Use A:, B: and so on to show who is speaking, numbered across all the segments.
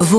A: Vous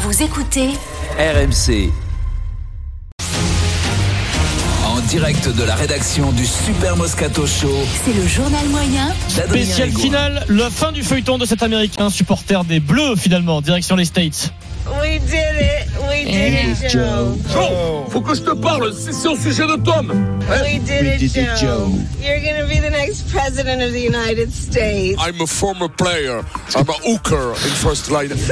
A: Vous écoutez
B: RMC. En direct de la rédaction du Super Moscato Show,
A: C'est le journal moyen
B: d'Adrien
C: Spécial
B: Egoin.
C: finale, la fin du feuilleton de cet américain supporter des Bleus finalement, direction les States.
D: We did it. We did it, Joe.
E: Faut que je te parle, c'est c'est au sujet de Tom.
D: We did it, Joe. You're going to be the next president of the United States.
E: I'm a former player. I'm a hooker in first line.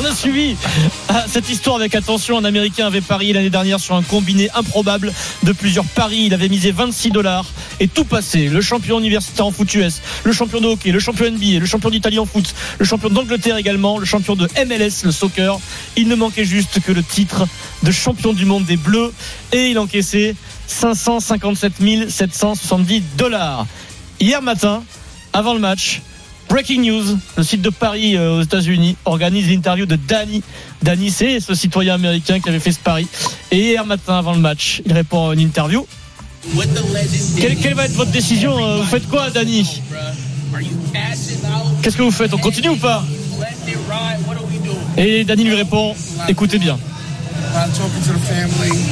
C: On a suivi ah, cette histoire avec attention. Un Américain avait parié l'année dernière sur un combiné improbable de plusieurs paris. Il avait misé 26 dollars et tout passé. Le champion universitaire en foot US, le champion de hockey, le champion NBA, le champion d'Italie en foot, le champion d'Angleterre également, le champion de MLS, le soccer. Il ne manquait juste que le titre de champion du monde des Bleus et il encaissait 557 770 dollars. Hier matin, avant le match, Breaking News, le site de Paris euh, aux États-Unis organise l'interview de Danny. Danny, c'est ce citoyen américain qui avait fait ce pari. Et hier matin, avant le match, il répond à une interview. Quelle, quelle va être votre décision euh, Vous faites quoi, Danny Qu'est-ce que vous faites On continue ou pas Et Danny lui répond Écoutez bien,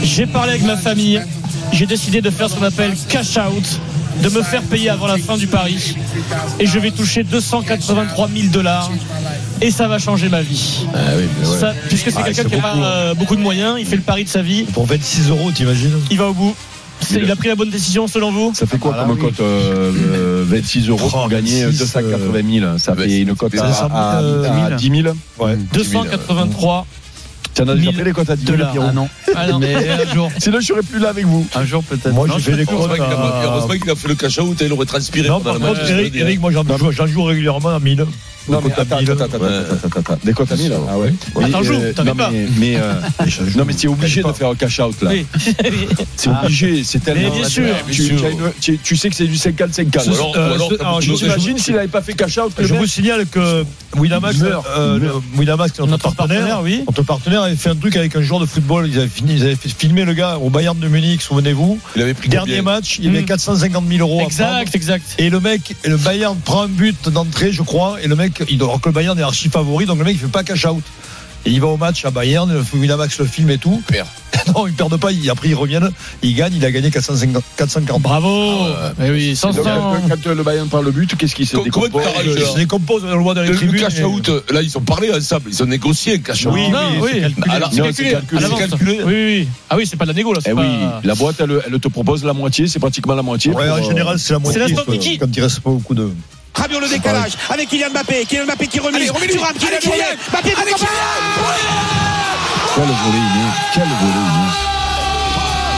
C: j'ai parlé avec ma famille, j'ai décidé de faire ce qu'on appelle cash out, de me faire payer avant la fin du pari, et je vais toucher 283 000 dollars, et ça va changer ma vie. Ça, puisque c'est
F: Ah,
C: quelqu'un
F: c'est
C: qui n'a pas
F: beaucoup, hein.
C: euh, beaucoup de moyens, il fait le pari de sa vie,
F: Pour 26 euros, t'imagines
C: il va au bout. C'est- Il a pris la bonne décision selon vous
G: Ça fait quoi
F: Ah,
G: comme
F: oui.
G: cote euh, euh, 26 euros pour
F: Oh,
G: gagner
F: 26,
G: 280 000 Ça
F: ouais,
G: fait une cote
F: c'est
G: à,
F: ça,
G: à-
F: euh,
G: à 10 000
F: Ouais.
C: 283
G: T'en as déjà
C: 1000
G: fait les cotes à 10 000
C: dollars.
G: Pierrot
C: Ah non. Ah non, mais un jour.
G: Sinon, je serais plus là avec vous.
F: Un jour peut-être.
G: Moi, j'ai fait les cotes.
F: Heureusement qu'il a pas- heureusement
G: qu'il a fait le cash out et il aurait transpiré.
F: Non, par contre, Eric, Eric, moi j'en joue, j'en joue régulièrement à 1000.
G: Non, mais
F: Des cotes à
G: attends,
F: 1000.
G: attends, attends, attends, attends, attends. Des cotes à 1000 Ah ouais Mais,
C: Attends,
G: euh,
C: joue, t'en
G: non,
C: mets pas.
G: mais- Mais, euh, non, mais c'est obligé de faire un cash out là.
C: Oui.
G: C'est obligé, c'est tellement.
C: bien sûr.
G: Tu- tu as une- tu- Tu sais que c'est du 50-50.
F: Ce- euh, ce- alors, je- je-
G: J'imagine s'il n'avait pas fait cash out, le
F: Je
G: mec-
F: vous signale que Winamax,
G: Meurt.
F: euh, le- Winamax, qui est notre partenaire,
C: oui.
F: notre partenaire avait fait un truc avec un joueur de football. Ils avaient, fini, ils avaient fait filmer le gars au Bayern de Munich, souvenez-vous.
G: Il avait pris
F: Dernier match, il y avait
G: Hmm.
C: Mm.
F: 450 000 euros à prendre.
C: Exact, exact.
F: Et le mec, et le Bayern prend un but d'entrée, je crois, et le mec, il doit alors que le Bayern est archi favori, donc le mec il fait pas cash out. Et il va au match à Bayern, le Winamax le filme et tout.
G: Il perd.
F: Non, ils perdent pas, il- après ils reviennent, ils gagnent, il a gagné 450 440
C: Bravo.
F: Ah,
C: Eh oui, sans
G: Donc, quand, quand euh, le Bayern prend le but, qu'est-ce qui se
E: Comment
G: décompose
E: tu t'arranges,
F: euh, Je
E: là
F: je les compose dans le roi dans les
E: Le
F: tribunes.
E: cash
F: et-
E: out, là, ils ont parlé ensemble. Ils ont négocié un cash out.
F: Oui,
C: Non,
F: oui,
C: oui. Ah,
F: c'est calculé.
E: Alors,
C: C'est
G: Non,
C: calculé,
G: c'est calculé,
C: à l'avance.
G: c'est
C: Oui, oui, oui. Ah oui, c'est pas de la négo là. c'est
G: Eh
C: pas-
G: oui, la boîte, elle, elle te propose la moitié, c'est pratiquement la moitié.
F: Ouais, en
G: pour, euh,
F: général, c'est la moitié.
C: l'instant
F: quoi,
C: Tiki.
F: Quand il reste pas beaucoup de.
H: Rabiot le décalage avec Kylian Mbappé. Kylian Mbappé qui remet. Thuram, Kylian Mbappé. Mbappé pour Coman.
G: Quel volet il est Quel hein. volet il est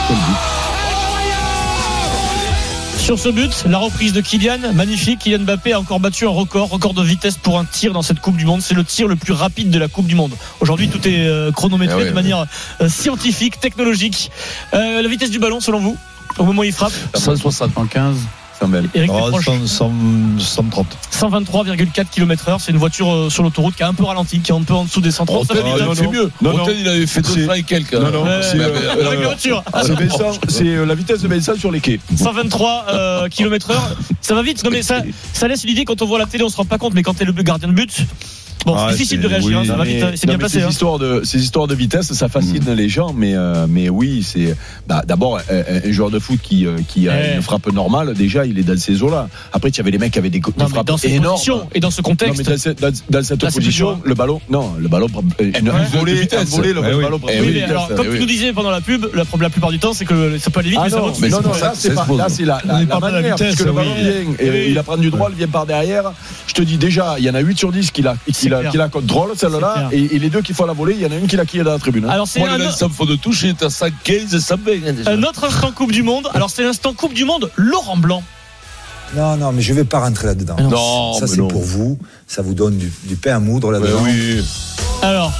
C: Sur ce but, la reprise de Kylian, magnifique. Kylian Mbappé a encore battu un record, record de vitesse pour un tir dans cette Coupe du Monde. C'est le tir le plus rapide de la Coupe du Monde. Aujourd'hui, tout est euh, chronométré
F: Eh
E: Ah ouais,
C: de
E: ouais.
C: manière euh, scientifique, technologique. Euh, la vitesse du ballon, selon vous, au moment où il frappe,
G: 175 100
C: Eric
I: Ah,
F: Oh,
C: Desproches,
F: 100, 100, 130.
C: 123,4 km/h. C'est une voiture euh, sur l'autoroute qui a un peu ralenti, qui est un peu en dessous des 130.
E: Rotten, il
F: non,
E: avait fait
F: non.
E: mieux.
G: Oh, Non,
E: Rotten, il avait fait
F: C'est-
E: 200 et quelques.
G: Non, non,
C: hein. Ouais.
G: c'est, euh,
E: euh,
C: Avec la voiture. Ah,
G: c'est Vincent- c'est, euh, la vitesse de Vincent sur les quais.
C: 123 euh, km/h. Ça va vite. Non, mais ça, ça laisse l'idée quand on voit la télé, on se rend pas compte. Mais quand t'es le gardien de but, bon,
F: Ah,
C: c'est difficile
F: c'est-
C: de réagir.
F: oui,
C: hein, ça va
G: Mais-
C: vite. hein, C'est
G: non,
C: bien
G: mais
C: passé.
G: Ces,
C: hein. Mm.
G: histoires de, ces histoires de vitesse, ça fascine les gens, mais, euh, mais oui, c'est. bah, D'abord, un, un joueur de foot qui, euh, qui a
C: Eh.
G: une frappe normale, déjà, il est dans ces eaux-là. Après, tu avais les mecs qui avaient des, co- des
C: Non, mais
G: frappes
C: dans cette
G: énormes.
C: position et dans ce
G: Non,
C: contexte.
G: mais dans, cette- dans- dans cette
C: Là, c'est plus
G: position,
C: dur.
G: le ballon. Non, le ballon. euh, une-
C: Eh, ouais.
G: un volet-
E: De vitesse.
G: un volet, le
F: Eh oui.
G: ballon.
E: Eh
C: oui,
E: oui,
C: mais alors,
E: ça,
C: comme
E: oui.
C: tu nous disais pendant la pub, la, la plupart du temps, c'est que ça peut aller vite, mais ça va.
G: Ah non,
E: c'est
G: non,
E: pour ça
G: là,
E: que
G: c'est
E: ça
G: pas,
E: explose.
G: là, c'est la, la,
F: On est
G: la
F: pas dans la
G: manière, parce
F: vitesse,
G: que le
F: oui.
G: ballon vient, et
C: Oui.
G: il a prendre du droit, il vient par derrière. Je te dis déjà, il y en a 8 sur 10 qui la, qui
C: C'est
G: la,
C: clair.
G: qui la cote drôle, celle-là,
C: C'est
G: et, et les deux qui font la volée, il y en a une qui la qui est dans la tribune. hein.
C: Alors, c'est
E: Moi,
C: un,
E: il a un fond de touche, il est à 115, 120.
C: un autre instant Coupe du Monde. Alors, c'est l'instant Coupe du Monde, Laurent Blanc.
I: Non, non, mais je ne vais pas rentrer là-dedans.
C: Ah non.
G: Non,
I: ça,
G: mais
I: c'est
G: non.
I: pour vous. Ça vous donne du, du pain à moudre là-dedans.
G: oui.
C: Alors,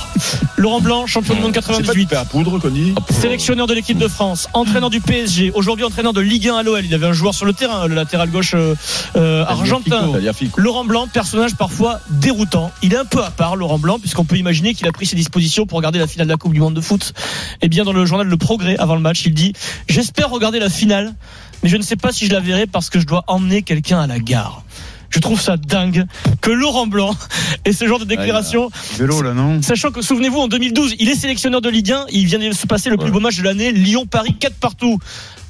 C: Laurent Blanc, champion du monde
G: Ah, C'est pas du
C: 98.
G: pain à poudre qu'on dit.
C: Sélectionneur de l'équipe de France, entraîneur du PSG, aujourd'hui entraîneur de Ligue 1 à l'OL. Il avait un joueur sur le terrain, le latéral gauche euh, euh, argentin.
G: C'est-à-dire Fico.
C: Laurent Blanc, personnage parfois déroutant. Il est un peu à part, Laurent Blanc, puisqu'on peut imaginer qu'il a pris ses dispositions pour regarder la finale de la Coupe du Monde de foot. Et bien, dans le journal Le Progrès, avant le match, il dit J'espère regarder la finale, mais je ne sais pas si je la verrai parce que je dois emmener quelqu'un à la gare. Je trouve ça dingue que Laurent Blanc ait ce genre de déclaration.
J: Vélo là, non
C: Sachant que, souvenez-vous, en 2012, il est sélectionneur de Ligue 1. Il vient de se passer le plus beau match de l'année. Lyon-Paris, 4 partout.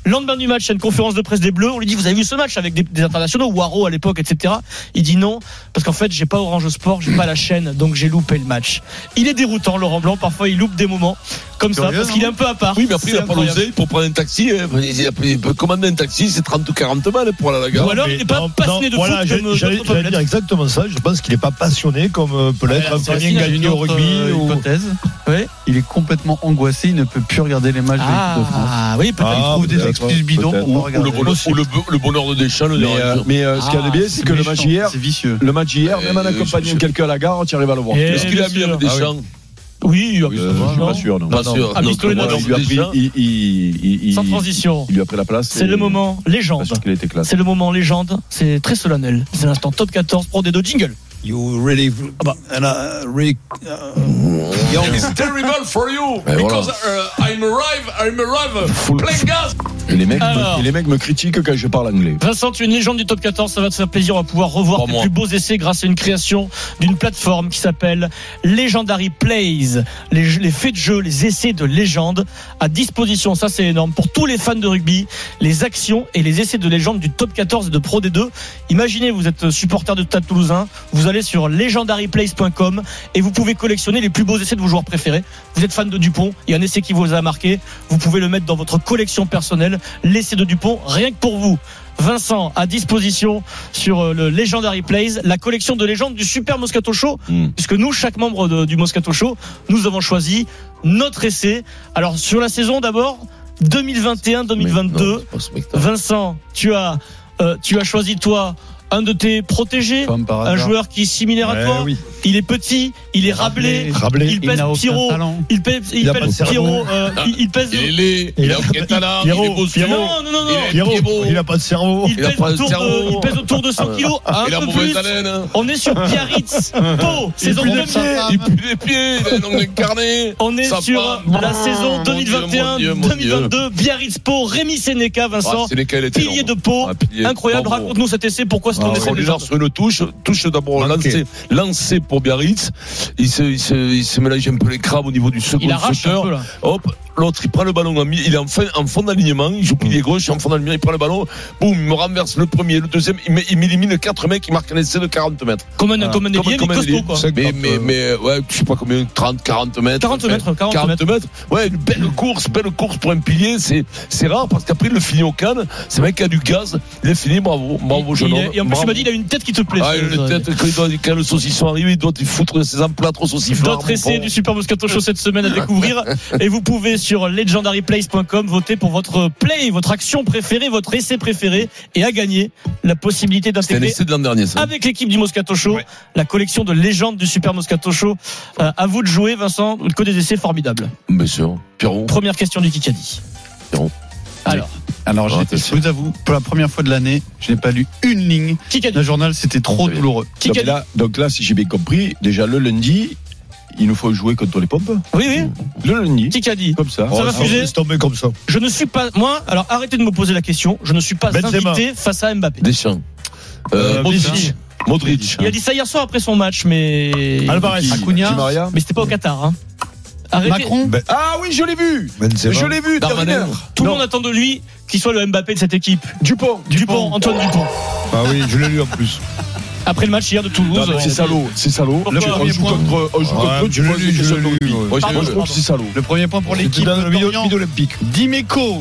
C: Lendemain du match, il y a une conférence de presse des Bleus. On lui dit Vous avez vu ce match avec des, des internationaux, Waro à l'époque, etc. Il dit non, parce qu'en fait, j'ai pas Orange Sport, j'ai pas la chaîne, donc j'ai loupé le match. Il est déroutant, Laurent Blanc. Parfois, il loupe des moments comme ça,
J: Curieux,
C: parce qu'il est un peu à part.
K: Oui, mais après, il
C: C'est
K: a pas
C: incroyable.
K: l'oseille pour prendre un taxi. hein. Il a- il peut commander un taxi, c'est 30 ou 40 balles pour aller à la gare.
C: Ou alors, il n'est pas
F: Non,
C: passionné de
F: non, voilà,
C: foot
F: j'ai-
C: comme
F: j'allais-
C: d'autres
F: J'allais
C: peuples.
F: dire exactement ça. Je pense qu'il n'est pas passionné comme euh, peut l'être un
C: c'est
F: premier
C: facile,
F: gagné au rugby.
I: euh,
C: euh,
F: ou-
J: hypothèse.
C: Ouais.
J: Il est complètement angoissé, il ne peut plus regarder les matchs de l'équipe de France.
C: Ah, oui, peut-être.
J: il trouve des
G: peut-être,
J: excuses bidons
G: peut-être.
J: pour pas
K: Ou le
J: regarder.
K: bonheur, ou le bo- le bonheur de Deschamps, le
G: Mais,
K: dernier
G: euh,
K: jour.
G: mais euh, ce qu'il y a de bien, c'est que le match hier,
J: Ah, C'est vicieux.
G: le match hier, même en
K: Euh,
G: accompagnant
K: je- je-
G: quelqu'un à la gare, tu arrives à le voir.
C: Et-
K: Est-ce qu'il a mis
C: bien
K: avec
G: sûr.
K: Deschamps
C: Oui,
G: Euh, je suis
C: non.
G: pas sûr, non.
K: Pas
C: non.
K: sûr.
C: Ah,
K: Donc,
C: pistolet
K: le bonheur
G: Il lui
K: de
G: a pris,
K: Deschamps.
G: il- il- il- il-
C: Sans transition.
G: Il lui a pris la place.
C: C'est
G: et-
C: le moment
G: Je
C: légende.
G: suis pas sûr qu'il était classe.
C: C'est le moment légende, c'est très solennel. C'est l'instant top 14 Pro des deux jingle.
I: You really.
F: Ah bah.
I: and, uh, really, uh, young.
E: It's terrible for you
G: Eh, voilà.
E: because uh, I'm arrive, I'm arrive. Plein gaz.
G: Et les mecs, me-
C: Alors.
G: et les mecs me critiquent quand je parle anglais.
C: Vincent, tu es une légende du top 14, ça va te faire plaisir, on va pouvoir revoir
K: Pas
C: tes
K: moi.
C: plus beaux essais grâce à une création d'une plateforme qui s'appelle Legendary Plays. Les, jeux- les faits de jeu, les essais de légende à disposition, ça c'est énorme, pour tous les fans de rugby, les actions et les essais de légende du top 14 et de Pro D2. Imaginez, vous êtes supporter de Stade Toulousain, vous allez sur legendaryplays.com et vous pouvez collectionner les plus beaux essais de vos joueurs préférés. Vous êtes fan de Dupont, il y a un essai qui vous a marqué, vous pouvez le mettre dans votre collection personnelle, l'essai de Dupont, rien que pour vous. Vincent à disposition sur euh, le Legendary Plays, la collection de légendes du Super Moscato Show,
K: Hmm.
G: Mm.
C: puisque nous, chaque membre de- du Moscato Show, nous avons choisi notre essai. Alors sur la saison d'abord, 2021-2022, Vincent, tu as, euh, tu as choisi toi un de tes protégés,
J: Comme par
C: un
J: hasard.
C: joueur qui est similaire à
F: Ouais,
C: toi,
F: oui.
C: il est petit, il est rablé,
F: Rabelais.
C: il pèse
J: n'a aucun
C: Pierrot.
J: talent.
C: Il pèse, il
F: Il a pas de
C: pèse
F: cerveau.
C: Pierrot, euh, il, il pèse.
K: Il est laid, il a aucun talent, il est
F: Pierrot,
K: beau
F: Pierrot.
C: Non, non, non, non.
K: Il est-
F: Pierrot,
K: beau.
F: il n'a pas de cerveau.
C: Il
K: il a
C: pèse,
K: pas de
C: autour de,
K: cerveau.
C: il pèse autour de 100 kilos, un
K: Il a
C: peu
K: mauvaise
C: plus.
K: haleine.
C: On est sur Biarritz, Pau, saison
F: pue des
C: 2000.
K: Il pue des pieds, il a un ongle incarné.
C: On est
K: Ça
C: sur
K: part.
C: la saison
K: Mon Dieu, mon Dieu, mon Dieu.
C: 2021-2022, Biarritz Pau, Rémi Sénéca,
K: Ah,
C: Vincent,
K: c'est lesquels étaient
C: pilier de Pau.
K: Ah, pilier. Ah,
C: Incroyable,
K: Bravo.
C: raconte-nous cet essai, pourquoi c'est ton essai de
K: Extraordinaire
C: légende
K: sur une touche, touche d'abord lancée, lancée pour Biarritz. Il se, il se, il se mélange un peu les crabes au niveau du second
C: Il arrache un
K: sauteur.
C: peu là.
K: Hop, l'autre il prend le ballon, en mi- il est en, fin, en fond d'alignement, il joue
C: Mm.
K: pilier gauche, en fond d'alignement, il prend le ballon, boum, il me renverse le premier, le deuxième, il, met- il m'élimine quatre mecs, il marque un essai de 40 mètres.
C: Comme un Ah. comme un
K: Ah,
C: ailier,
K: Comme-
C: mais
K: comme un
C: costaud
K: ailier.
C: quoi.
F: C'est
K: Mais,
F: quand,
K: mais,
F: euh,
K: mais, ouais, je sais pas combien, 30, 40 mètres.
C: 40
K: Enfin,
C: mètres, 40 mètres.
K: Ouais, une belle course, belle course pour un pilier, c'est, c'est rare parce qu'après il le finit au canne, c'est un mec qui a du gaz, il est fini, bravo, bravo, jeune
C: Il
K: homme.
C: est- Et en plus,
K: bravo.
C: il m'a dit, il a une tête qui te plaît.
K: Ah, il a une tête, quand, il doit- quand le saucisson arrive, il doit te foutre ses emplâtres au saucisson.
C: D'autres essais du Super Moscato Show cette semaine à découvrir. Et vous pouvez sur legendaryplace.com voter pour votre play, votre action préférée, votre essai préféré et à gagner la possibilité
K: C'était
C: d'intégrer
K: l'essai de l'an dernier,
F: hein.
K: ça.
C: avec l'équipe du Moscato Show, la collection de légendes du Super Moscato Show. Euh, à vous de jouer, Vincent, que des essais formidables.
K: Bien sûr. Pierrot.
C: Première question du Kikadi.
K: Pierrot.
C: Alors,
J: Alors,
K: Ah,
J: j'étais-
K: t'es
J: je vous avoue, pour la première fois de l'année, je n'ai pas lu une ligne
C: Kikadi.
J: d'un journal, c'était trop
K: Très bien.
J: douloureux.
G: Donc
C: Kikadi.
G: là, donc là, si j'ai bien compris, déjà le lundi, il nous faut jouer contre les pompes.
C: Oui, oui,
G: Le lundi,
C: Kikadi.
G: comme ça.
C: Ça va
F: Ah,
C: fuser
F: laisse tomber comme ça.
C: Je ne suis pas, moi, alors arrêtez de me poser la question, je ne suis pas
F: Benzema.
C: invité face à Mbappé.
K: Deschamps. Euh,
F: Euh,
K: Modric.
F: Messi.
K: Modric.
C: Il a dit ça hier soir après son match, mais.
F: Alvarez.
G: Qui-
J: Acuna.
G: Di Maria.
C: Ah, Mais c'était pas au Qatar. Hein. Arrêtez.
J: Macron,
G: Ah oui, je l'ai vu.
F: Ben, Benzema.
G: Je l'ai vu.
K: Darmanin.
G: Darmanin.
C: Tout le monde attend de lui qu'il soit le Mbappé de cette équipe.
G: Dupont.
C: Dupont, Antoine Dupont.
F: Ah oui, je l'ai lu en plus.
C: Après le match hier de
G: Non,
C: Toulouse. euh,
G: mais c'est salaud, c'est salaud.
C: Pourquoi
G: on
C: Premier
G: joue
C: point.
G: contre, on joue
F: Ouais,
G: contre eux,
F: je
G: tu
F: l'ai
G: poses
F: lu,
G: des
F: je
G: questions
F: l'ai
G: de
F: lu,
G: rugby.
F: ouais.
G: Moi, je- Moi, je trouve que c'est salaud.
J: le premier point pour l'équipe
F: C'était dans le milieu
J: d'Orient.
F: milieu olympique.
J: Dimeco,